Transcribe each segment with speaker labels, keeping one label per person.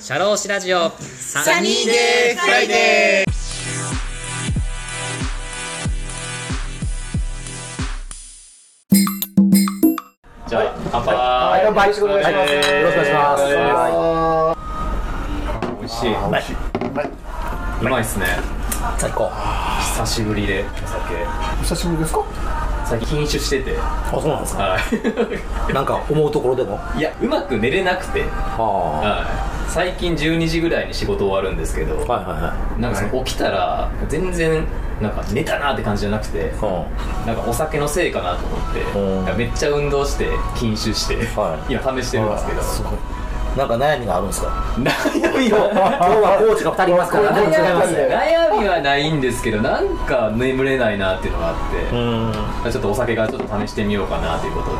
Speaker 1: シャローシラジオサ
Speaker 2: ニーデーフライデ
Speaker 1: ーじゃあ乾
Speaker 3: はい、
Speaker 1: 杯
Speaker 3: 乾杯よろしくお願いします。よろしくお願いします。
Speaker 1: 美味しい美味しいうまいっすね
Speaker 3: 最高。
Speaker 1: 久しぶりでお酒
Speaker 3: お久しぶりですか。
Speaker 1: 最近禁酒してて
Speaker 3: あ、そうなんですか。
Speaker 1: は
Speaker 3: なんか思うところでも。
Speaker 1: いいやうまく寝れなくて
Speaker 3: は
Speaker 1: はい最近12時ぐらいに仕事終わるんですけど、
Speaker 3: あ。はいは
Speaker 1: なんかその起きたら全然なんか寝たなって感じじゃなくて、
Speaker 3: いはい。
Speaker 1: なんかお酒のせいかなと思
Speaker 3: うん
Speaker 1: って、めっちゃ運動して禁酒して、
Speaker 3: はい
Speaker 1: 今試してるんですけど
Speaker 3: すごい。なんか悩みがあるんですか。
Speaker 1: 悩 みを
Speaker 3: 今日はコーチが二人いますから。
Speaker 2: 何でも違います
Speaker 3: ね。
Speaker 1: 悩みはないんですけどなんか眠れないなっていうのがあって、
Speaker 3: うん。
Speaker 1: ちょっとお酒がちょっと試してみようかなということ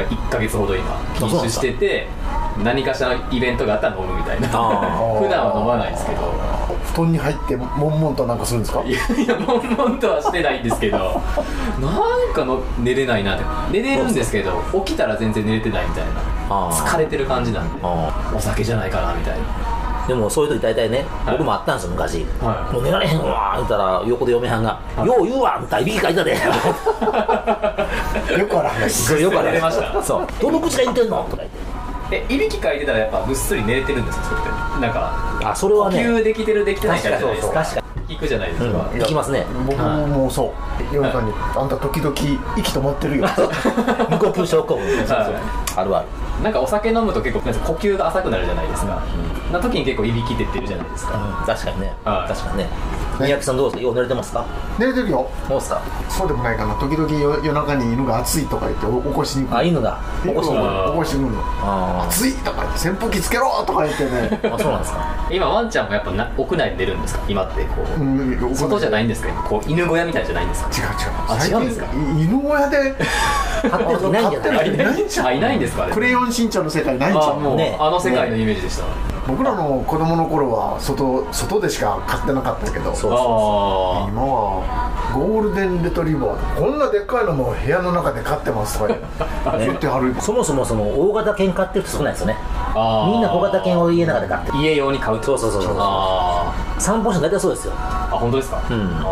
Speaker 1: で1ヶ月ほど今禁酒してて何かしらのイベントがあったら飲むみたいな 普
Speaker 3: あ
Speaker 4: ー
Speaker 1: 段は飲まないんですけど
Speaker 4: 布団に入って悶々となんかするんですか
Speaker 1: いやいや悶々とはしてないんですけどなんかの寝れないなって寝れるんですけど起きたら全然寝れてないみたいな
Speaker 3: あー
Speaker 1: 疲れてる感じなんで
Speaker 3: あ
Speaker 1: お酒じゃないかなみたいな
Speaker 3: でもそういう時大体ね、
Speaker 1: い
Speaker 3: 僕もあったんですよ昔、
Speaker 1: はい
Speaker 3: もう寝られへんわー言ったら横で嫁はんが「
Speaker 1: い
Speaker 3: よう言うわ」みたいないびきかいたで
Speaker 4: よくある話
Speaker 3: それよくある
Speaker 1: 寝れました
Speaker 3: そう「どの口が言ってんの?」とか言って
Speaker 1: えいびきかいてたらやっぱぐっすり寝れてるんですよそれってなんか
Speaker 3: あそれ
Speaker 1: 呼
Speaker 3: はね
Speaker 1: 吸できてるできてないからじゃないですか
Speaker 3: 確か
Speaker 1: 聞くじゃないです
Speaker 3: に、
Speaker 1: か、
Speaker 3: うん、いきますね
Speaker 4: 僕ももうそう嫁さんに「あんた時々息止まってるよ」
Speaker 3: 無呼吸症候群
Speaker 1: は
Speaker 3: あるある
Speaker 1: なんかお酒飲むと結構呼吸が浅くなるじゃないですか、な時に結構いびき出てるじゃないですか、
Speaker 3: 確かにね、
Speaker 1: はい
Speaker 3: 確かにね宮城さんどうですかよう寝れてますか
Speaker 4: 寝れてるよ
Speaker 3: どうですか
Speaker 4: そうでもないかな時々夜夜中に犬が暑いとか言ってお起こしに来
Speaker 3: あ
Speaker 4: る
Speaker 3: 犬が起こしてくる
Speaker 1: あー
Speaker 4: 起こしに来るの
Speaker 3: あ
Speaker 4: 暑いとか言って扇風機つけろとか言ってね
Speaker 3: ーあそうなんですか
Speaker 1: 今ワンちゃんもやっぱな屋内で寝るんですか今ってこう、
Speaker 4: うん
Speaker 1: 外じゃないいんですかこう犬小屋みたいじゃないんですか
Speaker 4: 違う違う
Speaker 1: あ違うんですか
Speaker 4: 犬小屋 で
Speaker 3: 飼ってる人いないんじゃ
Speaker 4: 飼
Speaker 3: ない
Speaker 4: ってるないんちゃう
Speaker 1: あいないんですかあれ
Speaker 4: クレヨンしんちゃんの世界ないんちゃ
Speaker 1: あ
Speaker 4: う
Speaker 1: もう、
Speaker 3: ね
Speaker 1: あの世界のイメージでした、
Speaker 4: 僕らの子供の頃は外外でしか買ってなかったけど
Speaker 3: そう
Speaker 1: あ
Speaker 4: 今はゴールデンレトリバーこんなでっかいのも部屋の中で飼ってますとか言う言 ってはる
Speaker 3: そもそもその大型犬飼ってる人少ないですよね
Speaker 1: ーあー
Speaker 3: みんな小型犬を家の中で飼ってる
Speaker 1: 家用に買うって
Speaker 3: そうそうそうそう
Speaker 1: あ
Speaker 3: 散歩して大体そうですよ
Speaker 1: ーあ本当ですか、
Speaker 3: うん
Speaker 1: あ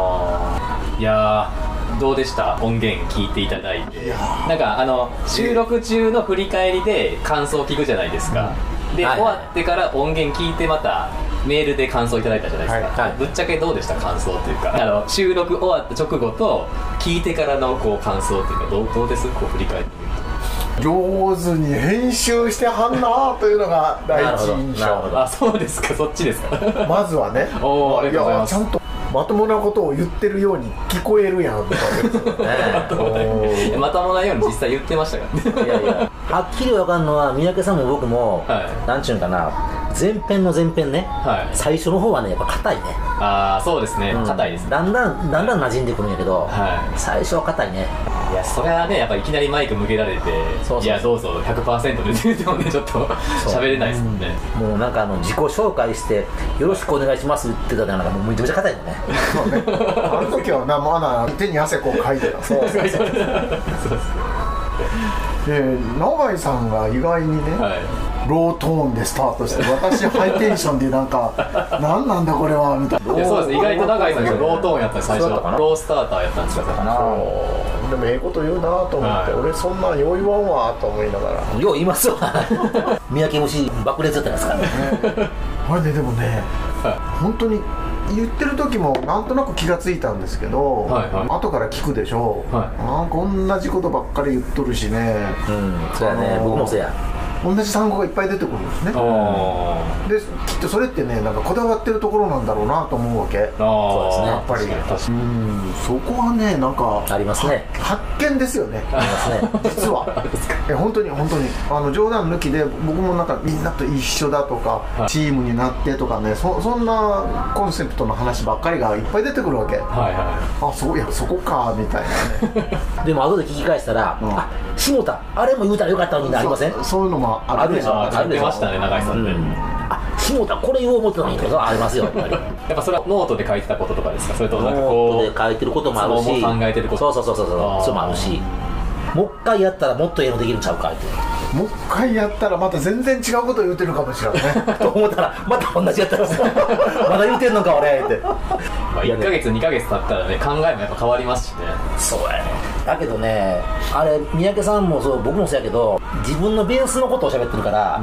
Speaker 1: ーいやーどうでした音源聞いていただいて
Speaker 4: いや
Speaker 1: なんかあの収録中の振り返りで感想を聞くじゃないですか、で、
Speaker 3: はいはい
Speaker 1: 終わってから音源聞いてまたメールで感想いただいたじゃないですか、
Speaker 3: はいはい
Speaker 1: ぶっちゃけどうでした感想っていうかあの収録終わった直後と聞いてからのこう感想っていうかどうどうですこう振り返ってみると
Speaker 4: 上手に編集してはんなというのが第一印
Speaker 3: なるほどなるほ
Speaker 4: 象
Speaker 1: あそうですかそっちですか
Speaker 4: まずはね
Speaker 1: おーありがとうございます
Speaker 4: やちゃんとまともなことを言ってるように聞こえるやんとか言って おー
Speaker 1: まともなように実際言ってましたからね
Speaker 3: いやいやはっきりわかんのは三宅さんも僕も、
Speaker 1: はい
Speaker 3: なんちゅうんかな前編の前編ね、
Speaker 1: はい
Speaker 3: 最初の方はねやっぱ硬いね
Speaker 1: ああそうですね
Speaker 3: うん
Speaker 1: 硬いですね
Speaker 3: だんだんだんだん馴染んでくるんやけど、
Speaker 1: はい
Speaker 3: 最初は硬いね
Speaker 1: いやそれはねやっぱいきなりマイク向けられて
Speaker 3: そうそう
Speaker 1: いやどうぞ100%で 言ってもねちょっと
Speaker 3: そう
Speaker 1: 喋れないですもんね
Speaker 3: もうなんかあの自己紹介して「よろしくお願いします」って言ってたらなんかもうめちゃめちゃ硬いよね
Speaker 4: そうねあの時はなまだ手に汗こうかいてた
Speaker 3: そう
Speaker 1: そうですね
Speaker 4: で永井さんが意外にね、
Speaker 1: は
Speaker 4: ロートーンでスタートして私ハイテンションでなんか何なんだこれはみたいない
Speaker 1: いやそうですね意外と長井さんがロートーンやったんです最初
Speaker 3: そうだったかな
Speaker 1: ロースターターやったんですよ
Speaker 4: でもええこと言うなと思って、
Speaker 1: はい
Speaker 4: 俺そんなんよう言わんわと思いながら
Speaker 3: よう言いますわ三宅節爆裂だったんですから
Speaker 4: あれねでもね
Speaker 1: は
Speaker 4: 本当に言ってる時もなんとなく気がついたんですけど、
Speaker 1: はいはい
Speaker 4: 後から聞くでしょ、
Speaker 1: はい
Speaker 4: あこんな事故とばっかり言っとるしね
Speaker 3: うんそうやね
Speaker 4: あのー
Speaker 3: 僕もそうや
Speaker 4: 同じ単語がいっぱい出てくるんですね
Speaker 1: おお
Speaker 4: できっとそれってねなんかこだわってるところなんだろうなと思うわけ
Speaker 1: あ
Speaker 4: そうですね
Speaker 1: やっぱり確か
Speaker 4: うんそこはねなんか
Speaker 3: ありますね
Speaker 4: 発見ですよね
Speaker 3: ありますね
Speaker 4: 実は え本当に本当にあの冗談抜きで僕もなんかみんなと一緒だとか、
Speaker 1: はい
Speaker 4: チームになってとかねそそんなコンセプトの話ばっかりがいっぱい出てくるわけあ
Speaker 1: にはいは
Speaker 4: そういやそこかみたいなね
Speaker 3: でも後で聞き返したら「
Speaker 4: うん
Speaker 3: あ下田あれも言うたらよかったのに な」ありません
Speaker 4: そうそういうのもある
Speaker 3: あるで
Speaker 1: い
Speaker 3: しょ
Speaker 1: あー言ってましたね長井さんって
Speaker 3: うんあ下田これ言おう思ってたのにとかありますよやっぱり
Speaker 1: やっぱそれはノートで書いてたこととかですかそれともなんか
Speaker 3: ノ
Speaker 1: こ
Speaker 3: ートで書いてることもある
Speaker 1: そ
Speaker 3: し
Speaker 1: の考えてること
Speaker 3: そうそうそうそう
Speaker 1: あー
Speaker 3: そうそれもあるしもう一回やったらもっとええのできるんちゃうかって
Speaker 4: もう一回やったらまた全然違うこと言うてるかもしれない ね
Speaker 3: と思ったらまた同じやったらさ まだ言うてんのか俺って
Speaker 1: まあ、
Speaker 3: いや
Speaker 1: 1
Speaker 3: ね
Speaker 1: ヶ月2ヶ月経ったらね考えもやっぱ変わりますしね
Speaker 3: そうやねだけどねあれ三宅さんもそう僕もそうやけど自分のベースのことを喋ってるから、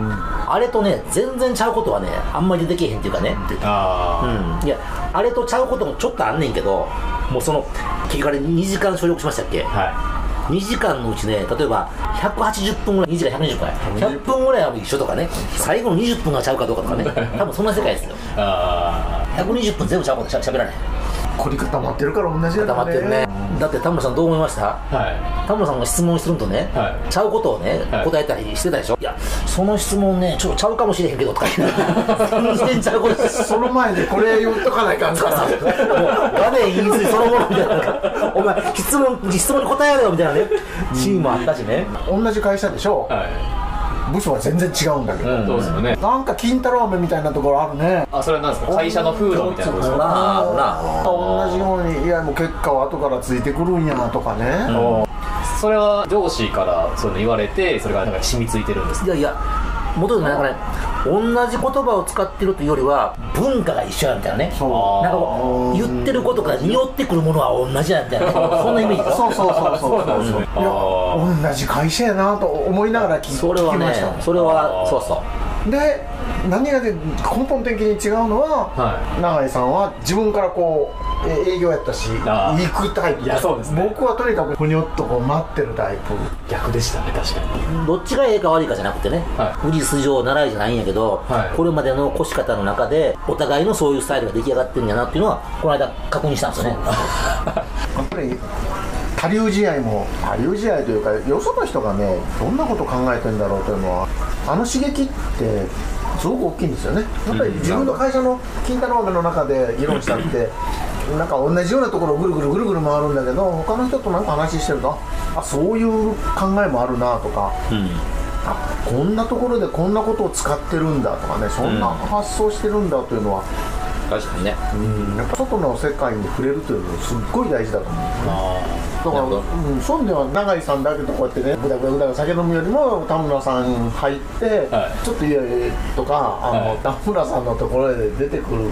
Speaker 3: あれとね全然ちゃうことはねあんまりできへんっていうかね、
Speaker 1: あ
Speaker 3: うん、いやあれとちゃうこともちょっとあんねんけどもうその結局あれ2時間省力しましたっけ、
Speaker 1: あは
Speaker 3: 2時間のうちね例えば180分ぐらい2時間120分ぐらい100分ぐらいは一緒とかね最後の20分がちゃうかどうかとかね多分そんな世界ですよ
Speaker 1: いあ
Speaker 3: 120分全部ちゃうことしゃ喋らない
Speaker 4: 凝り固まってるから同じや
Speaker 3: 固ま
Speaker 4: だ
Speaker 3: ってるね
Speaker 4: ね
Speaker 3: だって田村さんどう思いまし
Speaker 1: あ
Speaker 3: た
Speaker 1: は
Speaker 3: 田村さんが質問するんとね、
Speaker 1: はい
Speaker 3: ちゃうことをね、
Speaker 1: はい
Speaker 3: 答えたりしてたでしょいやその質問ねちょっとちゃうかもしれへんけどとか言 って全然ちゃうことです
Speaker 4: その前にこれ言っとかな いかんか
Speaker 3: もう
Speaker 4: ら
Speaker 3: 画面言い過ぎそのものみたいななんかお前質問質問に答えろよみたいなねシーンもあったしね、
Speaker 4: 同じ会社でしょ
Speaker 1: いは
Speaker 4: 部署は全然違うんだけど、
Speaker 1: いそうですよね
Speaker 4: なんか金太郎飴みたいなところあるね
Speaker 1: あそれは何ですか会社の風土みたいなことです
Speaker 3: ほ
Speaker 1: から
Speaker 3: ほら
Speaker 4: 同じようにいやもう結果は後からついてくるんやなとかね、
Speaker 1: それは上司からそういうの言われてそれがなんか染みついてるんです
Speaker 3: いやいや、元々ね、なんかね、同じ言葉を使ってるというよりは、文化が一緒やみたいなね、なんか
Speaker 4: そ
Speaker 3: こう言ってることが匂ってくるものは同じやみたいなね、そんなイメージで
Speaker 4: う
Speaker 3: しょ
Speaker 4: そうそうそうそう
Speaker 1: なんです
Speaker 4: そう
Speaker 1: ね
Speaker 4: いや同じ会社やなと思いながら聞き
Speaker 3: それは
Speaker 4: 聞きま
Speaker 3: ね
Speaker 4: したもん、
Speaker 3: それは、そうそう。
Speaker 4: で何がで根本的に違うのは、
Speaker 1: は
Speaker 4: 永井さんは自分からこうえ営業やったし
Speaker 1: あー
Speaker 4: 行くタイプ
Speaker 1: いやそうですね
Speaker 4: 僕はとにかくふにょっとこう待ってるタイプ
Speaker 1: 逆でしたね確かに
Speaker 3: どっちがええか悪いかじゃなくてね、
Speaker 1: は
Speaker 3: 無理筋上習いじゃないんやけど、
Speaker 1: はい
Speaker 3: これまでの越し方の中で、お互いのそういうスタイルが出来上がってるんやなっていうのは、この間確認したんですよね。
Speaker 4: やっぱり他流試合も他流試合というかよその人がねどんなこと考えてんだろうというのはあの刺激ってすごく大きいんですよねやっぱり自分の会社の金太郎飴の中で議論したってなんか同じようなところをぐるぐるぐるぐる回るんだけど他の人となんか話してるとあそういう考えもあるなとか、あこんなところでこんなことを使ってるんだとかねそんな発想してるんだというのは、
Speaker 3: 確かにね。
Speaker 4: うんやっぱ外の世界に触れるというのはすっごい大事だと思うだから、
Speaker 3: なる
Speaker 4: うん、そういう意味では永井さんだけとこうやってねぐだぐだぐだぐだ酒飲むよりも田村さん入って、
Speaker 1: はい
Speaker 4: ちょっといやいやとかあの、
Speaker 1: はい
Speaker 4: 田村さんのところで出てくる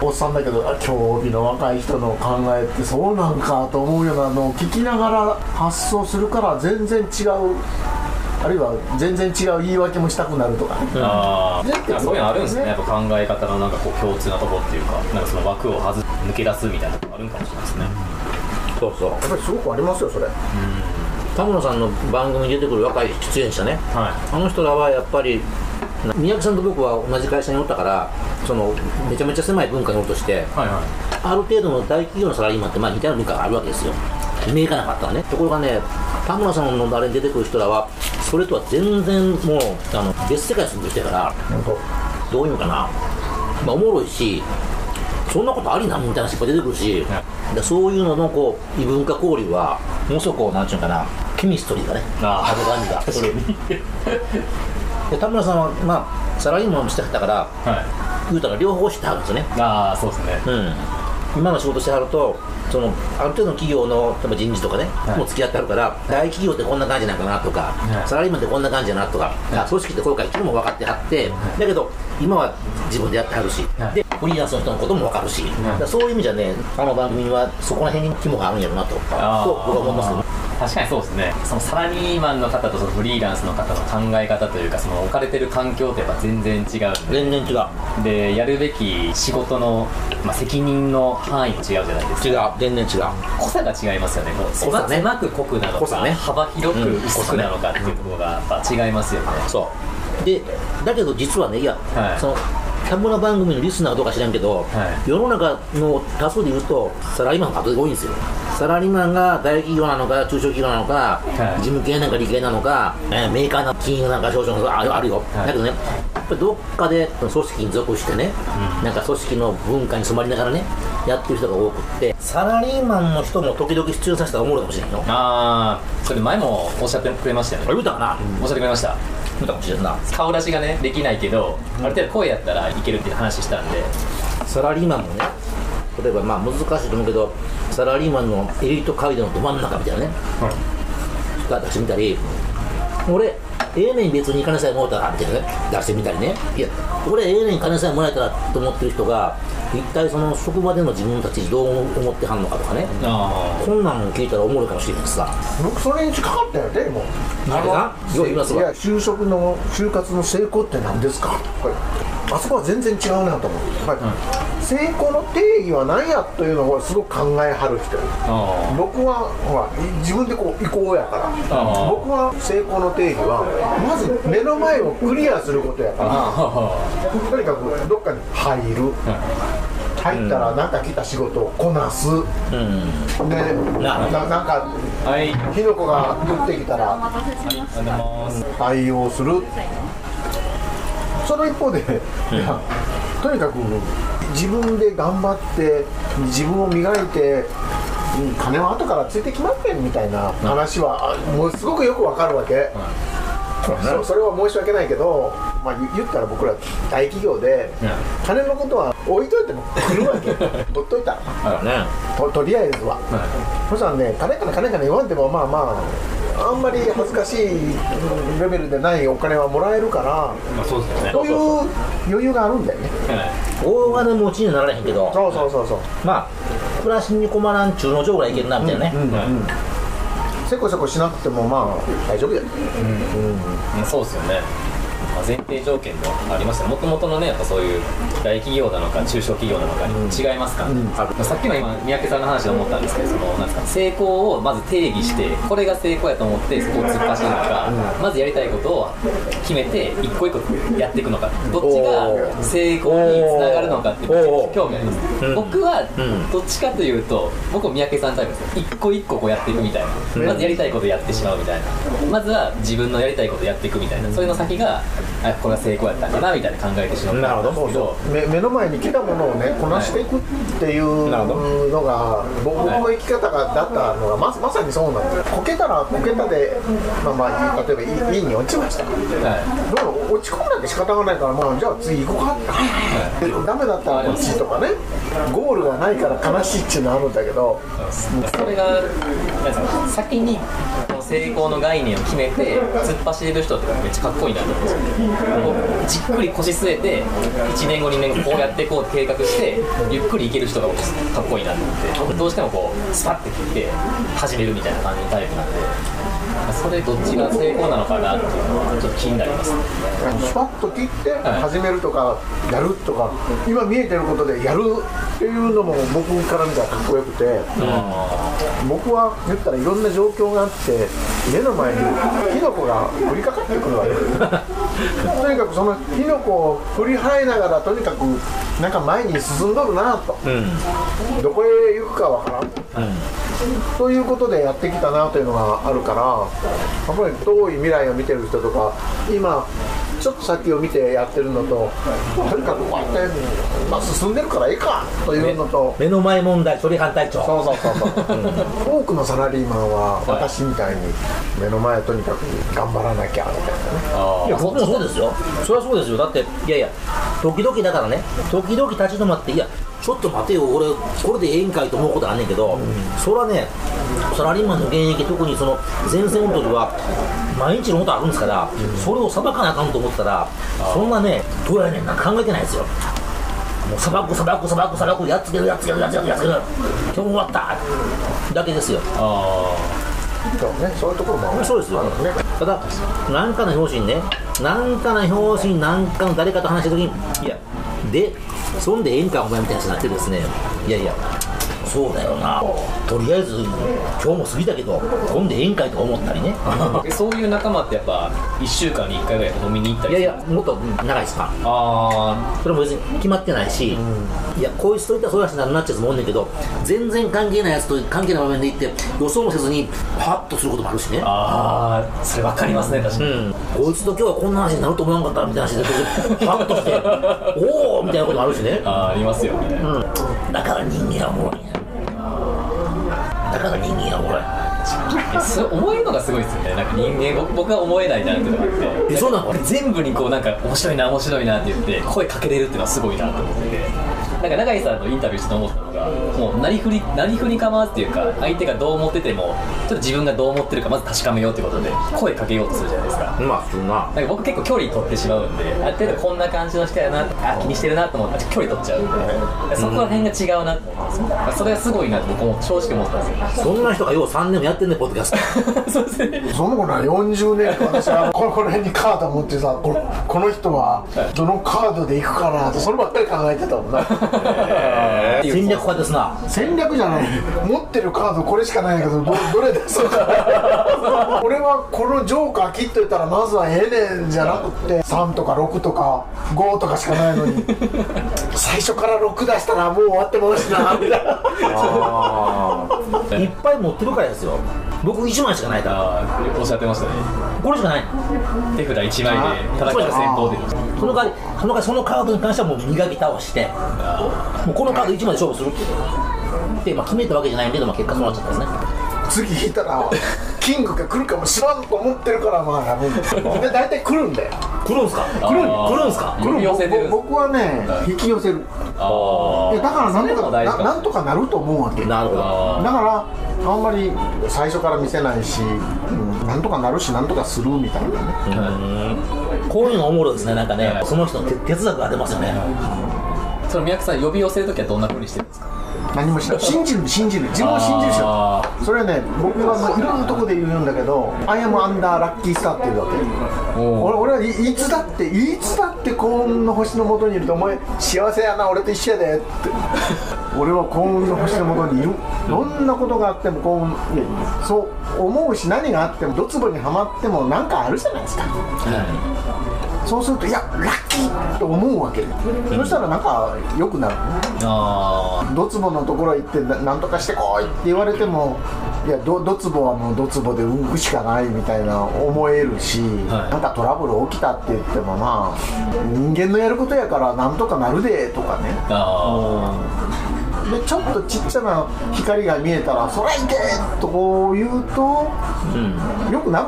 Speaker 4: おっさんだけどあ興味の若い人の考えってそうなんかと思うようなのを聞きながら発想するから全然違うあるいは全然違う言い訳もしたくなるとかね
Speaker 1: あ
Speaker 4: 出てくる
Speaker 1: あそういうのあるんですねやっぱ考え方のなんかこう共通なところっていうかなんかその枠を外す抜け出すみたいなとこあるんかもしれないですね
Speaker 3: そうそう。
Speaker 4: やっぱりすごくありますよそれ
Speaker 3: 田村さんの番組に出てくる若い出演者ね、
Speaker 1: は
Speaker 3: あの人らはやっぱりな三宅さんと僕は同じ会社におったからそのめちゃめちゃ狭い文化におるとして
Speaker 1: いはいはい
Speaker 3: ある程度の大企業のサラリーマンってまあ似たような文化があるわけですよ目いかなかったらねところがね田村さんのあれに出てくる人らはそれとは全然もうあの別世界に住んできてから
Speaker 4: 本当
Speaker 3: どういうのかな、まあ、おもろいしそんなことありなみたいな人が出てくるし、でそういうののこう異文化交流はものすごくこうなんちゅうのかなケミストリーがね
Speaker 1: あー
Speaker 3: る感じがそれで田村さんはまあサラリーマンもしてはったから
Speaker 1: はい
Speaker 3: 言うたら両方してはるんですよね
Speaker 1: ああそうですね
Speaker 3: うん今の仕事してはるとそのある程度の企業の例えば人事とかね、
Speaker 1: い
Speaker 3: もう付き合ってはるから大企業ってこんな感じなんかなとか、
Speaker 1: はい
Speaker 3: サラリーマンってこんな感じやなとか、あ組織ってこうかっていうのも分かってはって、だけど今は自分でやってはるし、
Speaker 1: はい
Speaker 3: でフリーランスの人のことも分かるし、だからそういう意味じゃねあの番組はそこら辺に肝があるんやろなとそう僕
Speaker 1: あー
Speaker 3: は思いますけど
Speaker 1: 確かにそうですねそのサラリーマンの方とそのフリーランスの方の考え方というかその置かれてる環境ってやっぱ全然違うんで
Speaker 3: 全然違う
Speaker 1: でやるべき仕事の、まあ、責任の範囲も違うじゃないです
Speaker 3: 違
Speaker 1: か
Speaker 3: う全然違う
Speaker 1: 濃さが違いますよねこう
Speaker 3: 濃さ
Speaker 1: 狭
Speaker 3: ね
Speaker 1: 狭く濃くなの
Speaker 3: 濃さ
Speaker 1: か、
Speaker 3: ね
Speaker 1: 幅広く
Speaker 3: うん濃
Speaker 1: 薄
Speaker 3: さ
Speaker 1: く
Speaker 3: ね
Speaker 1: なのかっていうところがやっぱ違いますよね、
Speaker 3: そうでだけど実はねいや、
Speaker 1: はい
Speaker 3: そのキャンプの番組のリスナーはどうか知らんけ
Speaker 1: は
Speaker 3: ど、
Speaker 1: い
Speaker 3: 世の中の多数で言うとサラリーマンが多いんですよサラリーマンが大企業なのか中小企業なのか、
Speaker 1: はい
Speaker 3: 事務系なんか理系なのか、えーメーカーなのか金融なんか少々のあるあるよ、
Speaker 1: はい
Speaker 3: だけどねやっぱりどっかで組織に属してね、なんか組織の文化に染まりながらねやってる人が多くってサラリーマンの人も時々出演させたらおもろいかもしれないよ
Speaker 1: あ
Speaker 3: あ
Speaker 1: あそれ前もおっしゃってくれましたよね
Speaker 3: 言うたかな、
Speaker 1: おっしゃってくれました
Speaker 3: 言うたかもしれんな
Speaker 1: 顔出しがねできないけど、ある程度声やったらいけるっていう話したんで
Speaker 3: サラリーマンもね例えばまあ難しいと思うけどサラリーマンのエリート街道のど真ん中みたいなね、人が出してみたり俺ええねん別に金さえもらったらみたいなね出してみたりねいや俺ええねん金さえもらえたらと思ってる人が一体その職場での自分たちどう思ってはんのかとかね
Speaker 1: あ
Speaker 3: こんなん聞いたらおもろいかもしれないしさ
Speaker 4: 僕それに近かったよねもう
Speaker 3: なんでなよう言います
Speaker 4: いや
Speaker 3: わ
Speaker 4: 就職の就活の成功って何ですかこれあそこは全然違うなと思う、はい成功の定義は何やというのをすごく考えはる人
Speaker 1: ああ
Speaker 4: 僕はほら自分でこう移行やから
Speaker 1: あ
Speaker 4: 僕は成功の定義はまず目の前をクリアすることやから
Speaker 1: あ
Speaker 4: とにかくどっかに入る入ったら何か来た仕事をこなす、
Speaker 3: うん
Speaker 4: でなななんか
Speaker 1: あはいあ
Speaker 4: 火の粉が降ってきた
Speaker 1: り
Speaker 4: ら
Speaker 1: がとうございます
Speaker 4: 対応するその一方で、いやとにかく自分で頑張って自分を磨いてうん金は後からついてきますねみたいな話はあもうすごくよくわかるわけ、そそれは申し訳ないけど、まあ、言言ったら僕ら大企業で
Speaker 1: うん
Speaker 4: 金のことは置いといても来る わけほっといたら
Speaker 3: ね
Speaker 4: ととりあえずは。
Speaker 1: は
Speaker 4: そしたらね、金から金から言わんでも、まあまあ、あんまり恥ずかしいレベルでないお金はもらえるから、
Speaker 1: いまあそうですよね
Speaker 4: そういう余裕があるんだよね。
Speaker 1: は
Speaker 3: 大金持ちにはなられへんけど
Speaker 4: そうそうそうそう。
Speaker 3: まあ暮らしに困らん中の上ぐらいいけるなみたいなね、
Speaker 4: うんうん。せこせこしなくても、まあ、大丈夫だよ。
Speaker 1: いそうですよねまあ前提条件もありましたもともとのねやっぱそういう大企業なのか中小企業なのかに違いますから、ね
Speaker 4: うん
Speaker 1: まあさっきの今三宅さんの話で思ったんですけどそのなんですか成功をまず定義してこれが成功やと思ってそこを突っ走るのか、まずやりたいことを決めて一個一個やっていくのかどっちが成功につながるのかってめちゃくちゃ興味あります、
Speaker 3: うん
Speaker 1: 僕は
Speaker 3: うん
Speaker 1: どっちかというと僕は三宅さんタイプです一個一個こうやっていくみたいな、
Speaker 3: うん
Speaker 1: まずやりたいことやってしまうみたいなまずは自分のやりたいことやっていくみたいなそれの先があこれは成功やったんかなみたいな考えてしまう
Speaker 3: なるほど
Speaker 4: そうそう目目の前に来たものをねこなしていくっていう
Speaker 3: なるほ
Speaker 4: のが僕僕の生き方がだったのがままさにそうなんですこけたらこけたで、まあ、まあ例えばいいいに落ちました
Speaker 1: は
Speaker 4: だから落ち込むなんて仕方がないから、まあ、じゃあ次行こうかって、でダメだったらこっちとかねゴールがないから悲しいっていうのあるんだけど
Speaker 1: い、それがなんですか先にこの成功の概念を決めて突っ走れる人ってめっちゃかっこいいなと思うんですよこうじっくり腰据えて1年後2年後こうやっていこうって計画してゆっくりいける人が僕かっこいいなと思って僕どうしてもこうスパッて切って始めるみたいな感じのタイプなんでまあそれどっちが成功なのかなっていうのはちょっと気になりますね
Speaker 4: スパッと切って
Speaker 1: い
Speaker 4: 始めるとかやるとか今見えてることでやるっていうのも僕から見たらかっこよくて。僕は言ったらいろんな状況があって目の前に火の粉が降りかかってくるわけとにかくその火の粉を振り払いながらとにかくなんか前に進んどるなと、どこへ行くかわからん、ということでやってきたなというのがあるからやっぱり遠い未来を見てる人とか今ちょっと先を見てやってるのととにかくこうやって、まあ、進んでるからいいかというのと、
Speaker 3: 目の前問題処理反対長
Speaker 4: そうそうそうそう多くのサラリーマンは私みたいに目の前とにかく頑張らなきゃみたいなね
Speaker 1: あ
Speaker 3: いや僕もそうですよそれはそうですよだっていやいや時々だからね時々立ち止まっていやちょっと待てよ俺これでええんかいと思うことあんねんけど、それはねサラリーマンの現役特にその前線の時は毎日のことあるんですから、それをさばかなあかんと思ったらそんなねどうやねんなんか考えてないですよもうさばくさばくさばくさばくやっつけるやっつけるやっつけるやっつける今日も終わっただけですよ
Speaker 1: あ
Speaker 4: そうねそういうところもある
Speaker 3: そうですよ
Speaker 4: あるね
Speaker 3: ただ何かの表紙にね何かの表紙に何かの誰かと話した時にいやでそんでええんかお前みたいな話になってですねいやいやそうだよなとりあえず今日も過ぎたけどそんでええんかいとか思ったりね
Speaker 1: えそういう仲間ってやっぱ1週間に1回ぐらい飲みに行った
Speaker 3: い
Speaker 1: り
Speaker 3: や
Speaker 1: す
Speaker 3: い
Speaker 1: る
Speaker 3: やもっと長いスパン
Speaker 1: あ
Speaker 3: それも別に決まってないし、いやこいつといったらそういう話になるなっちゃうやつもおんねんけど全然関係ないやつと関係ない場面で行って予想もせずにハッとすることもあるしね
Speaker 1: あああそれ分かりますね確かに、
Speaker 3: うん、こいつと今日はこんな話になると思わなかったみたいな話で、ハッとして、おおみたいなこともあるしね、
Speaker 1: ああありますよね、
Speaker 3: うん、だから人間はおもろいんやだから人間はおもろい。
Speaker 1: えそれ思えるのがすごいですよねなんか人間僕僕は思えないなっていうのがあって
Speaker 3: えそうなの
Speaker 1: 全部にこうなんか面白いな面白いなって言って声かけれるっていうのはすごいなと思っててなんか永井さんのインタビューしてて思ったのがもうなりふりなりふり構わずっていうか相手がどう思っててもちょっと自分がどう思ってるかまず確かめようってことで声かけようとするじゃないですか
Speaker 3: まあ普通な
Speaker 1: なんか僕結構距離取ってしまうんである程度こんな感じの人やなあ気にしてるなと思ったら距離取っちゃうんでそこら辺が違うなと思うんですよそれはすごいなって僕も正直思ったんですよ
Speaker 3: そんな人がよう3年もやってんねポッドキャスト
Speaker 1: そうですね
Speaker 4: その子な40年間私はこのこの辺にカード持ってさこのこの人はどのカードでいくかなってそればっかり考えてたもんな
Speaker 3: 戦略家ですな
Speaker 4: 戦略じゃない持ってるカードこれしかないんだけど どどれ出そうか 俺はこのジョーカー切っといたらまずはええねんじゃなくて3とか6とか5とかしかない のに最初から6出したらもう終わってますしなみたいな
Speaker 3: いっぱい持ってるからですよ僕1枚しかないから
Speaker 1: ああおっしゃってましたね
Speaker 3: これしかない
Speaker 1: 手札1枚で戦う戦法で
Speaker 3: その代わりその代わりそのカードに関してはもう磨き倒してもうこのカード1枚で勝負するって、まあ、決めたわけじゃないけど、まあ、結果そうなっちゃったんですね
Speaker 4: 次引いたらキングが来るかもしらんと思ってるからまあダ メですで大体来るんだよ
Speaker 3: 来るんすか来るん来るんすか
Speaker 1: 呼び寄せてるんです
Speaker 4: 僕はね引き寄せる
Speaker 1: あ
Speaker 4: いやだからなんと
Speaker 1: それも
Speaker 4: か
Speaker 1: 大事か
Speaker 4: な
Speaker 1: も
Speaker 4: なんとかなると思うわけだか
Speaker 3: なるほど
Speaker 1: あ
Speaker 4: らあんまり最初から見せないし、うんなんとかなるしなんとかするみたいなね
Speaker 3: こういうのおもろいですねなんかねその人の手哲学が出ますよね
Speaker 1: その宮城さん呼び寄せるときはどんなふうにしてるんですか
Speaker 4: 何もしない信じる信じる自分を信じる人
Speaker 1: あ
Speaker 4: それはね僕はまあいろんなとこで言うんだけど「アイアムアンダーラッキースター」っていうわけ俺俺はいいつだっていつだって幸運の星のもとにいるとお前幸せやな俺と一緒やでって俺は幸運の星のもとにいるどんなことがあっても幸運いやそう思うし何があってもドツボにはまっても何かあるじゃないですかそうするといやラッキーと思うわけそしたらなんか良くなる
Speaker 1: あ
Speaker 4: ドツボのところ行ってななんとかしてこいって言われてもいやドドツボはもうドツボで動くしかないみたいな思えるし、
Speaker 1: はい
Speaker 4: なんかトラブル起きたって言ってもまあ人間のやることやからなんとかなるでとかね
Speaker 1: ああ
Speaker 4: でちょっとちっちゃな光が見えたら「そら行け!」とこう言うと、良くな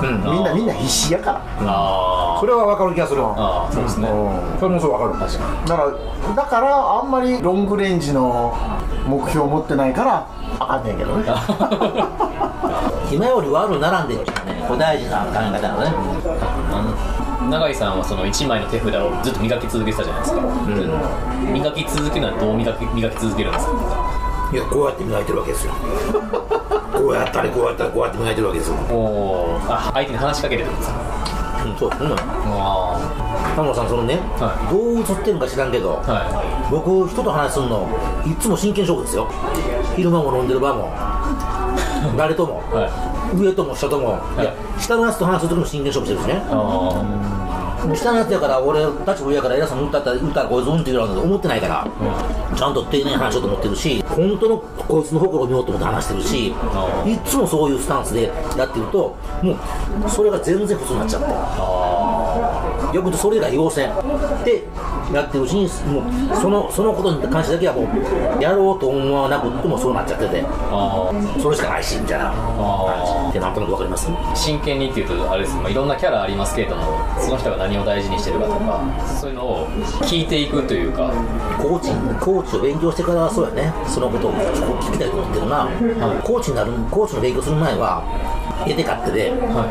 Speaker 4: るんだよ、みんなみんな必死やから、
Speaker 1: あ
Speaker 3: それは分かる気がする
Speaker 1: あそうですね
Speaker 4: うん
Speaker 3: それもそう分かる確か
Speaker 4: だからだからあんまりロングレンジの目標を持ってないからあかんねん けどね
Speaker 3: に暇より悪ならんでるっていうのはねこれ大事な考え方なのね
Speaker 1: 永井さんはその1枚の手札をずっと磨き続けてたじゃないですか、磨き続けるのはどう磨き磨き続けるんですか
Speaker 3: いやこうやって磨いてるわけ ですよこうやったりこうやったりこうやって磨いてるわけですよ、
Speaker 1: おおあ相手に話しかけてるんですか
Speaker 3: うん、そうそんなの
Speaker 1: あ
Speaker 3: 田村さんそのね、
Speaker 1: は
Speaker 3: どう映ってるか知らんけど、
Speaker 1: あは
Speaker 3: 僕人と話すんのいつも真剣勝負ですよ昼間も飲んでる場 も誰とも、
Speaker 1: いはい
Speaker 3: 上とも下とも、い、や下のやつと話する時も真剣勝負してるしね
Speaker 1: あ
Speaker 3: 下のやつやから俺たちも上やから偉そうに歌ったら歌ったらこいつうんって言うなんて思ってないから、ちゃんと丁寧に話しようと思ってるし本当のこいつの心を見ようと思って話してるし
Speaker 1: あ
Speaker 3: いつもそういうスタンスでやってるともうそれが全然普通になっちゃってよくとそれが要請でやってるうちにもうそのそのことに関してだけはもうやろうと思わなくってもそうなっちゃってて
Speaker 1: ああ
Speaker 3: それしかないしみたいな感じでなんとなくわかります
Speaker 1: あ真剣にっていうとあれです、まあ、いろんなキャラありますけれどもその人が何を大事にしてるかとかそういうのを聞いていくというか
Speaker 3: コーチコーチを勉強してからはそうやねそのことを聞きたいと思ってるな、コーチになるコーチの勉強する前は得て勝手で
Speaker 1: は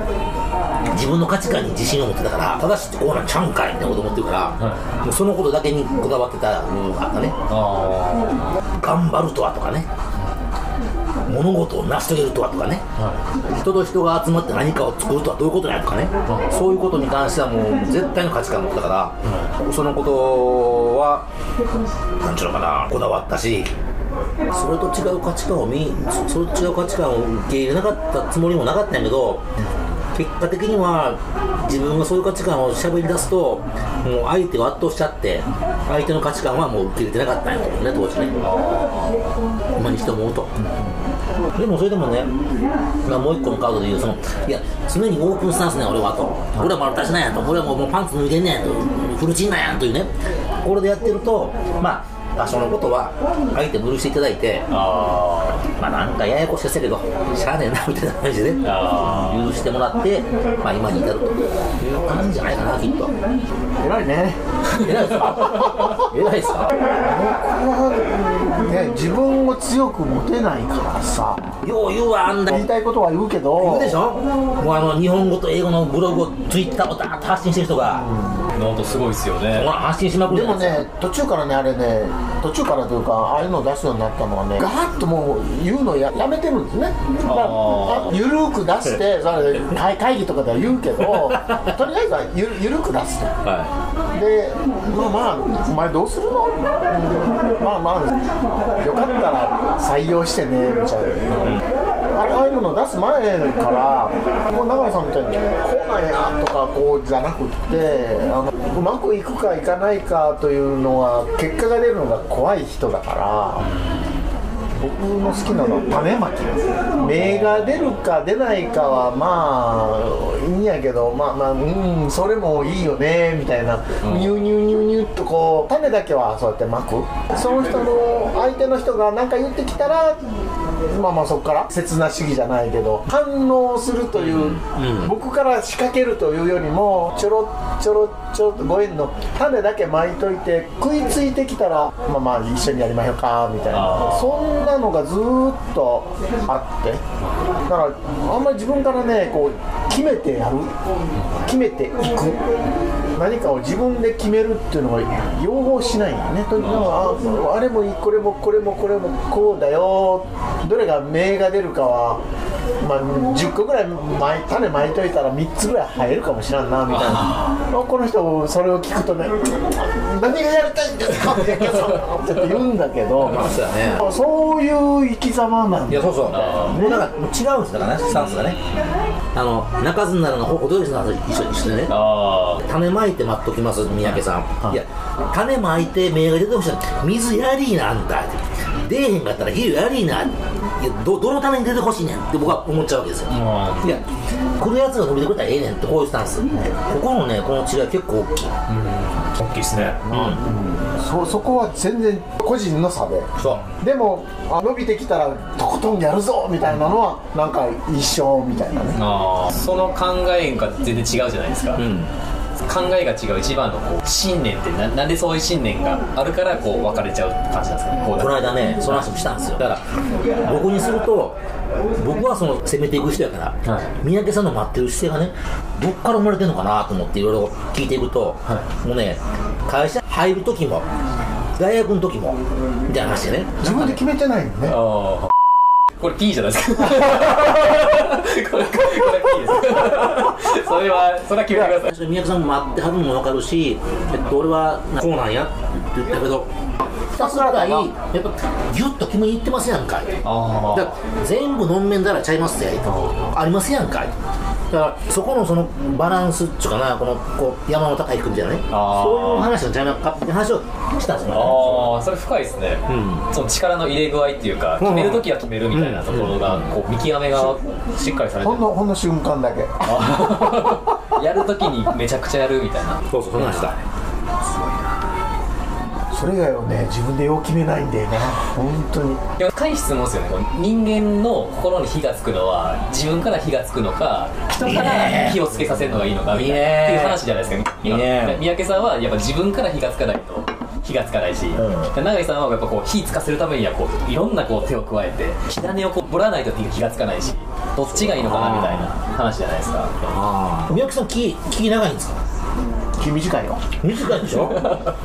Speaker 3: 自分の価値観に自信を持ってたから正しくてこうなんちゃうんかいってこと思ってるから、
Speaker 1: は
Speaker 3: もうそのことだけにこだわってた部分があったね
Speaker 1: あ
Speaker 3: 頑張るとはとかね物事を成し遂げるとはとかね
Speaker 1: あは
Speaker 3: 人と人が集まって何かを作るとはどういうことやとかね、そういうことに関してはもう絶対の価値観を持ったから、そのことはなんちゅうのかなこだわったしそれと違う価値観を見そそれと違う価値観を受け入れなかったつもりもなかったんやけど結果的には自分がそういう価値観を喋り出すともう相手を圧倒しちゃって相手の価値観はもう受け入れてなかったんやと思うね当時ね今にして思うと。でもそれでもね、まあ、もう一個のカードで言うそのいや常にオープンスタンスね俺はと俺は丸出しなんやと俺はもうもうパンツ脱いでんねんとフルチンなんやというねこれでやってるとまあ場所のことはあえて無理していただいて
Speaker 1: あ
Speaker 3: まあなんかややこしかせけどしゃあねえなみたいな感じでね
Speaker 1: あ
Speaker 3: 許してもらって、まあ、今に至るという感じじゃないかなきっと
Speaker 4: 偉いね
Speaker 3: 偉いですか偉いですか
Speaker 4: ね自分を強く持てないからさ
Speaker 3: よう言うわあんだ
Speaker 4: 言いたいことは言うけど
Speaker 3: 言うでしょもうあの日本語と英語のブログをツイッターをダーッと発信してる人が、
Speaker 1: ーノートすごいですよね
Speaker 3: ほら発信しまくる
Speaker 4: で
Speaker 3: じゃな
Speaker 4: も
Speaker 3: いですか
Speaker 4: ね途中からねあれね途中からというかああいうのを出すようになったのはねガーッともう言うのややめてるんですねだから
Speaker 1: あー
Speaker 4: あゆるく出 してそれ会会議とかでは言うけどとりあえずはゆゆるく出すと
Speaker 1: は
Speaker 4: でまあまあお前どうするのうんまあまあよかったら採用してねみたいな、あれああいうの出す前からもう永井さんみたいにこうなんやとかこうじゃなくってあのうまくいくかいかないかというのは結果が出るのが怖い人だから。僕の好きなのは種まきです芽が出るか出ないかはまあいいんやけどまあまあうんそれもいいよねみたいなニューニューニューニューっとこう種だけはそうやってまくその人の相手の人が何か言ってきたらまあまあそこから切な主義じゃないけど反応するという、僕から仕掛けるというよりもちょろちょろちょろっとご縁の種だけ巻いといて食いついてきたらまあまあ一緒にやりましょうかみたいなそんなのがずーっとあってだからあんまり自分からねこう決めてやる決めていく何かを自分で決めるっていうのが要望しないよねとにかくああれもいいこれもこれもこれもこうだよどれが芽が出るかは、まあ、10個ぐらい巻い種まいといたら3つぐらい生えるかもしらんなみたいなこの人それを聞くとね「何がやりたいんですか?」って言うんだけど
Speaker 3: まあそうだね
Speaker 4: そういう生き様なん
Speaker 3: い
Speaker 4: だ
Speaker 3: やそうそう
Speaker 1: あ
Speaker 3: もうなんかもう違うんですだからねスタンスがねあの中津ならの程よしの話一緒にしてね
Speaker 1: あ
Speaker 3: 種まいて待っときます三宅さん、
Speaker 4: はい
Speaker 3: い、や種まいて芽が出てほしい水やりーなあんた出えへんかったら肥料やりーないやどどのために出てほしいねんって僕は思っちゃうわけですよ、
Speaker 1: あ
Speaker 3: いや来るやつが伸びてくれたらええねんってこういうスタンス、ここのねこの違い結構大きい、
Speaker 1: 大きいですね
Speaker 4: そそこは全然個人の差で。
Speaker 3: そう
Speaker 4: でもあ伸びてきたらとことんやるぞみたいなのはなんか一緒みたいなね
Speaker 1: あーその考えが全然違うじゃないですか、
Speaker 3: うん
Speaker 1: 考えが違う一番のこう信念ってななんでそういう信念があるからこう分かれちゃうって感じなんですかねこうだ
Speaker 3: この間ねその話もしたんですよだから僕にすると僕はその攻めていく人やから、
Speaker 1: はい
Speaker 3: 三宅さんの待ってる姿勢がねどっから生まれてるのかなと思っていろいろ聞いていくと、もうね会社入る時も大学の時もみたいな話でね
Speaker 4: 自分で決めてないのね
Speaker 1: ああこれ P じゃないです かこれこれこれ P ですそれはそれは決めてください
Speaker 3: 最初に三宅さんも待ってはるのも分かるし、えっと、俺はこうなんやって言ったけどひたすらいやっぱギュッと決めに行ってますやんかい
Speaker 1: あ
Speaker 3: だから全部のんめんだらちゃいますってありますやんかいだからそこのそのバランスっちゅうかなこのこう山の高い君じゃね
Speaker 1: あー
Speaker 3: そういう話のじゃなかって話をしたんですよ
Speaker 1: ああそれ深いですね、
Speaker 3: う
Speaker 1: その力の入れ具合っていうか決めるときは決めるみたいなところが、こう見極めがしっかりされて
Speaker 4: ほ
Speaker 1: る
Speaker 4: んのほんの瞬間だけ
Speaker 1: やるときにめちゃくちゃやるみたいな
Speaker 3: そうそうそんなんした
Speaker 4: それ以外はね自分でよう決めないんだよね本当に
Speaker 1: いや深い質問ですよねこう人間の心に火がつくのは自分から火がつくのか人から火をつけさせるのがいいのかみたい
Speaker 3: いい
Speaker 1: な
Speaker 3: ね
Speaker 1: っていう話じゃないですか
Speaker 3: いいね
Speaker 1: 三宅さんはやっぱ自分から火がつかないと火がつかないし、
Speaker 3: う
Speaker 1: 永井さんはやっぱこう火つかせるためにはこういろんなこう手を加えて火種をこうぼらないと火がつかないしどっちがいいのかなみたいな話じゃないですか
Speaker 3: あ三宅さん気気長いんですか
Speaker 4: 気短いよ
Speaker 3: 短いでしょ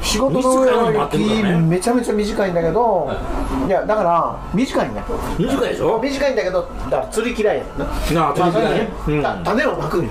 Speaker 4: 仕事の
Speaker 3: 短
Speaker 4: 上
Speaker 3: いのもあ
Speaker 4: は
Speaker 3: ってるからね
Speaker 4: 気めちゃめちゃ短いんだけどいやだから短いんだ
Speaker 3: 短いでしょ
Speaker 4: 短いんだけどだから釣り嫌いやんな
Speaker 3: なあ
Speaker 4: だからね
Speaker 3: うん
Speaker 4: だ種をまくんよ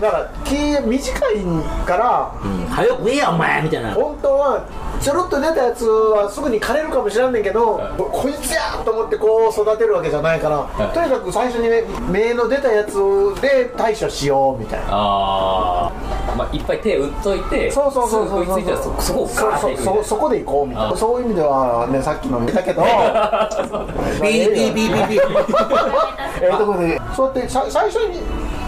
Speaker 4: だから気短いから
Speaker 3: うん早く言えやお前みたいな
Speaker 4: 本当はちょろっと出たやつはすぐに枯れるかもしらんねんけど、こいつやと思ってこう育てるわけじゃないから、
Speaker 1: い
Speaker 4: とにかく最初にね芽の出たやつで対処しようみたいな
Speaker 1: ああまあいっぱい手打っといて
Speaker 4: そうそうそうそう
Speaker 1: すぐ食いついたらそそこをガーッていくみたい
Speaker 4: そうそう
Speaker 1: な
Speaker 4: そこで行こうみたいなそういう意味ではねさっきの言ったけど
Speaker 3: ピーピーピーピーピー
Speaker 4: ええとこでそうやってさ最初に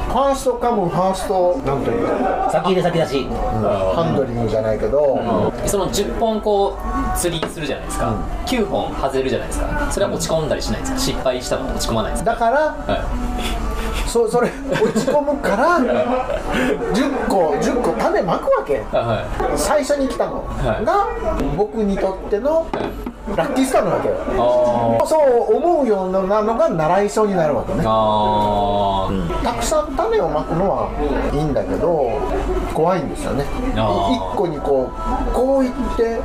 Speaker 4: ファーストカムファーストなんというか
Speaker 3: 先入れ先出し、
Speaker 4: ハンドリングじゃないけど、
Speaker 1: その10本こう釣りするじゃないですか、9本外れるじゃないですかそれは落ち込んだりしないんですか失敗したの落ち込まないんですか
Speaker 4: だから
Speaker 1: は
Speaker 4: そう それ落ち込むから10個10個種まくわけ
Speaker 1: い、は
Speaker 4: 最初に来たの
Speaker 1: い
Speaker 4: が僕にとってのラッキースターなわけよ
Speaker 1: い、あ
Speaker 4: そう思うようなのが習いそうになるわけね
Speaker 1: ーあー、
Speaker 4: たくさん種をまくのはいいんだけど怖いんですよね
Speaker 1: あー
Speaker 4: 1個にこうこういって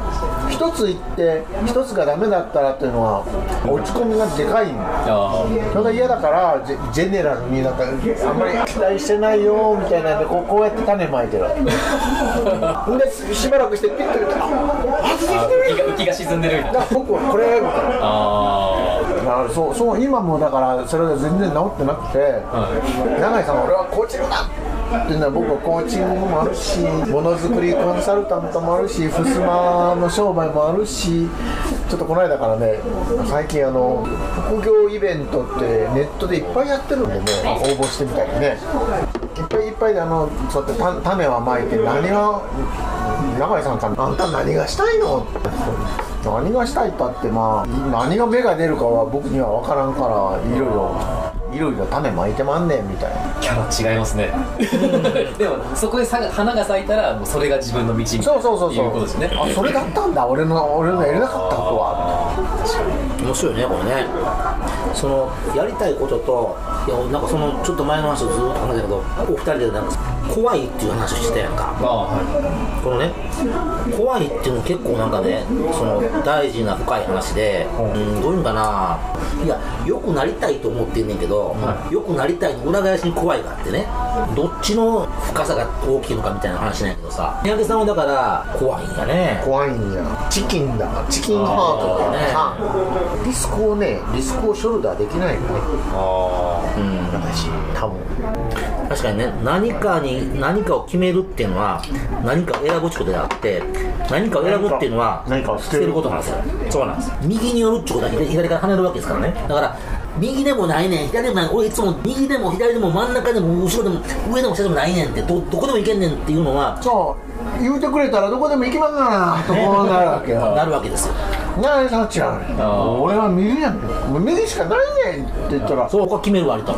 Speaker 4: 1ついって1つがダメだったらっていうのは落ち込みがでかいんだ
Speaker 1: あー
Speaker 4: それが嫌だからジェジェネラルになんかあんまり期待してないよみたいなんでこうこうやって種まいてる でしばらくしてピッと見てあ外
Speaker 1: あ
Speaker 4: れて
Speaker 1: 浮
Speaker 4: る
Speaker 1: きが浮きが沈んでるみたい
Speaker 4: だ
Speaker 1: な
Speaker 4: から僕はこれみたいな
Speaker 1: あ
Speaker 4: だからそうそう今もだからそれが全然治ってなくて、永井さんは俺はコーチングだっていうのは僕はコーチングもあるしものづくりコンサルタントもあるしふすまの商売もあるしちょっとこの間からね最近あの副業イベントってネットでいっぱいやってるんでね応募してみたりねいっぱいいっぱいであのそうやってた種はまいて何が永井さんから「あんた何がしたいの?」って何がしたいったってまあ何が芽が出るかは僕には分からんからいろいろいろいろ種まいてまんねんみたいな
Speaker 1: ーキャラ違いますね でもそこでさ花が咲いたらもうそれが自分の道みたいな
Speaker 4: そうそうそうそう
Speaker 1: いうことですね
Speaker 4: あそれだったんだ俺の俺のやりなかったことは
Speaker 3: 面白いねこれねそのやりたいことといやなんかそのちょっと前の話をずっと話したけどお二人でなんか怖いっていう話をしてたやんか
Speaker 1: あーはい
Speaker 3: このね怖いっていうの結構なんかねその大事な深い話で、うん、どういうんかないや良くなりたいと思ってんねんけど、良くなりたいの裏返しに怖いがあってねどっちの深さが大きいのかみたいな話なんやけどさ三宅さんはだから怖いんだね
Speaker 4: 怖いんやチキンだからチキンハートだねリスクをねリスクをショルダーできないよね
Speaker 3: うん
Speaker 4: 私多分
Speaker 3: 確かにね何かに何かを決めるっていうのは何かを選ぶってことであって何かを選ぶっていうのは
Speaker 4: 何かを
Speaker 3: 捨
Speaker 4: 捨
Speaker 3: て
Speaker 4: てる
Speaker 3: ることなんですよそうなんです右に寄るってことは左左から跳ねるわけですからねだから右でもないねん左でもない俺いつも右でも左でも真ん中でも後ろでも上でも下でもないねんってどどこでもいけんねんっていうのは
Speaker 4: そう言うてくれたらどこでも行きますからとこうなるわけよ
Speaker 3: なるわけですよ
Speaker 4: なさちゃん俺は右やんもう右しかないねんって言ったら
Speaker 3: そうここは決める割と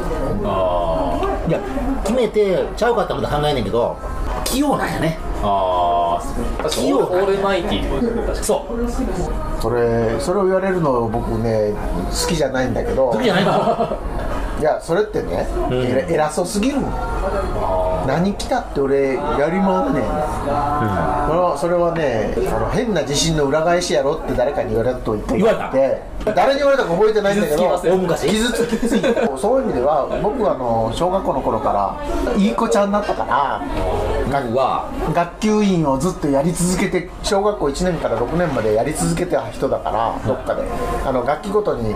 Speaker 1: あ
Speaker 3: いや決めてちゃうかったらまた考えんねんけど器用なんやね
Speaker 1: ーあー確かに
Speaker 3: 器用
Speaker 1: オールオールマイティーってこと確かに
Speaker 3: そう
Speaker 4: それそれを言われるの僕ね好きじゃないんだけど
Speaker 3: 好きじゃないか
Speaker 4: いやそれってね、偉偉そうすぎるの何来たって俺やりまうねん、これはそれはねその変な自信の裏返しやろって誰かに言われたと言って
Speaker 3: 言わ
Speaker 4: て誰に言われたか覚えてないんだけ
Speaker 1: 傷つきま
Speaker 4: ど
Speaker 1: せん
Speaker 3: 大昔
Speaker 4: 傷つきついそういう意味では僕はあの小学校の頃からいい子ちゃんだったから学
Speaker 3: 僕は
Speaker 4: 学級委員をずっとやり続けて小学校1年から6年までやり続けてた人だからどっかであの楽器ごとに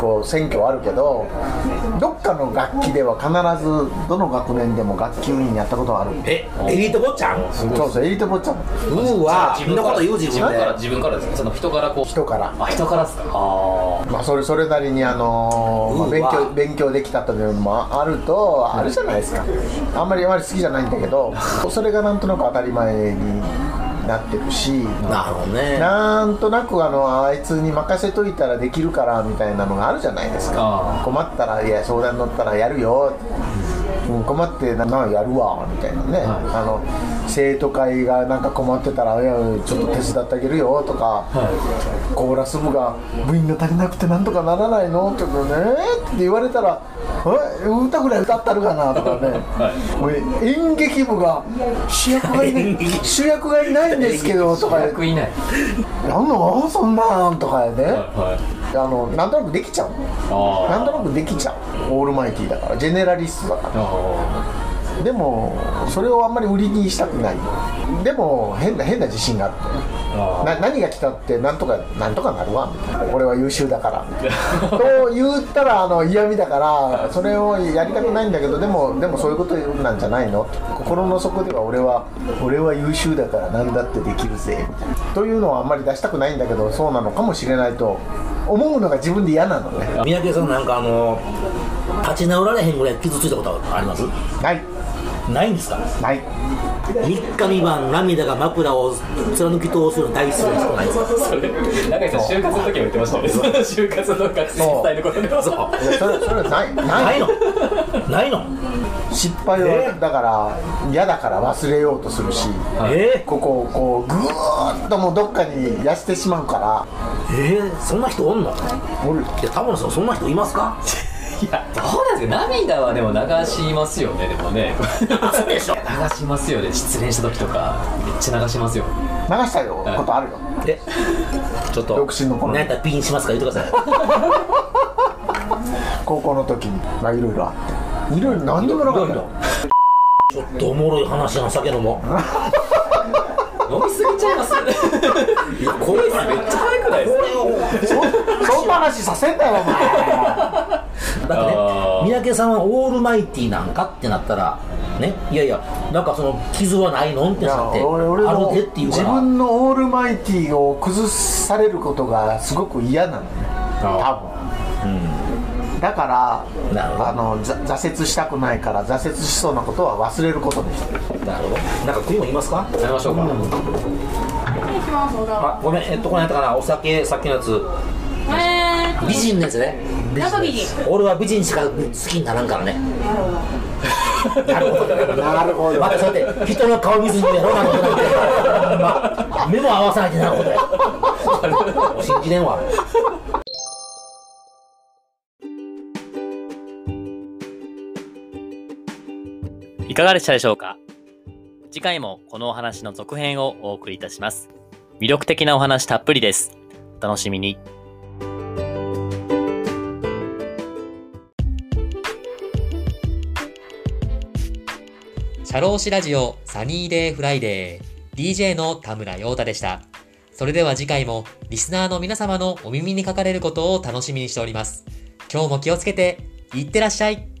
Speaker 4: こう選挙はあるけどどっかの楽器では必ずどの学年でも学級委員やったことはある
Speaker 3: えエリート坊ちゃん
Speaker 4: そうそうエリート坊ちゃん
Speaker 3: うーわ
Speaker 1: 自
Speaker 3: み
Speaker 1: 分
Speaker 3: んな
Speaker 1: か
Speaker 3: こ
Speaker 1: ら
Speaker 3: と言う自分
Speaker 1: 自から
Speaker 3: で
Speaker 1: 自分からですかその人からこう
Speaker 4: 人から、
Speaker 1: あ人からですかあ
Speaker 4: まあ、それそれなりに、あのーまあ
Speaker 3: うー
Speaker 4: 勉
Speaker 3: わ
Speaker 4: 強勉強できたというのもあるとあるじゃないですかあんまりあまり好きじゃないんだけどそれがなんとなく当たり前になってるし
Speaker 3: なるほどね
Speaker 4: なんとなくあのあいつに任せといたらできるからみたいなのがあるじゃないです
Speaker 1: あ
Speaker 4: か困ったらいや相談乗ったらやるよ、うん、困ってななやるわみたいなね、あの生徒会がなんか困ってたらいやちょっと手伝ってあげるよとか、コーラス部が部員が足りなくてなんとかならないのとかねって言われたらえ歌ぐらい歌ったるかなとかね、もう演劇部が主役がいない主役がいないんですけどとか
Speaker 1: あ僕いない
Speaker 4: なんのそんなんとかやで、
Speaker 1: はい
Speaker 4: あのなんとなくできちゃう
Speaker 1: あ
Speaker 4: なんとなくできちゃうオールマイティーだからジェネラリストだか
Speaker 1: あ
Speaker 4: らでもそれをあんまり売りにしたくないでも変な変な自信があってな何が来たってなんとかなんとかなるわみたいな俺は優秀だからみたいなと言ったらあの嫌味だからそれをやりたくないんだけどでもでもそういうことなんじゃないの心の底では俺は俺は優秀だから何だってできるぜみたいなというのはあんまり出したくないんだけどそうなのかもしれないと思うのが自分で嫌なのね
Speaker 3: 三宅さんなんかあの立ち直られへんぐらい傷ついたことはあります
Speaker 4: ない
Speaker 3: ないんですか
Speaker 4: ない
Speaker 3: 三日三晩涙が枕を貫き通すような大好きな人ないですか
Speaker 1: それ中井さん就活の時も言ってましたね就活の学生時代のことでも
Speaker 3: そう
Speaker 4: いやそれそれないな
Speaker 3: ないいのないの
Speaker 4: 失敗
Speaker 3: え
Speaker 4: は
Speaker 3: ー
Speaker 4: だから嫌だから忘れようとするし
Speaker 3: え
Speaker 4: ここをこうぐーっともうどっかに痩せてしまうか
Speaker 3: ー、えー、そんな人おんの
Speaker 4: らおる
Speaker 3: いや田村さんそんな人いますか
Speaker 1: いやどうなんですか涙はでも流しますよねでもね
Speaker 3: そうでしょ
Speaker 1: 流しますよね失恋した時とかめっちゃ流しますよ
Speaker 4: 流したよことあるよ
Speaker 3: えちょっと
Speaker 4: 独身の頃
Speaker 3: 何やったらピンしますから言ってください
Speaker 4: 高校の時にまあいろいろあっていろいろ何でもなかったよ
Speaker 3: ちょっとおもろい話やん酒飲もう
Speaker 1: 飲みすぎちゃいます
Speaker 3: いやこれは
Speaker 1: めっちゃ早くないですか
Speaker 4: そん な話させんだよお 前
Speaker 3: だってね
Speaker 1: あー
Speaker 3: 三宅さんはオールマイティなんかってなったらねいやいやなんかその傷はないのんって
Speaker 4: い
Speaker 3: な
Speaker 4: や
Speaker 3: って
Speaker 4: 俺俺
Speaker 3: あ
Speaker 4: の
Speaker 3: るでっていうか
Speaker 4: 自
Speaker 3: ら
Speaker 4: 分のオールマイティーを崩されることがすごく嫌なのね多分、だから
Speaker 3: なるほど
Speaker 4: あのざ挫折したくないから挫折しそうなことは忘れることにしてる
Speaker 3: なるほどなんか食いもいますか
Speaker 1: やめましょうか、
Speaker 3: あごめんえっとこのやったかなお酒さっきのやつ
Speaker 5: え
Speaker 3: 美人ですね
Speaker 5: ー、中美人。
Speaker 3: 俺は美人しか好きにならんからねなるほど
Speaker 4: なるほ
Speaker 3: またそうやって人の顔見ずにやろうなことなんて、まあ、目も合わさないでなるほ ど信じれんわ
Speaker 1: いかがでしたでしょうか次回もこのお話の続編をお送りいたします。魅力的なお話たっぷりです。お楽しみに。
Speaker 6: シャローシラジオサニーデイフライデー DJ の田村陽太でした。それでは次回もリスナーの皆様のお耳にかかれることを楽しみにしております。今日も気をつけていってらっしゃい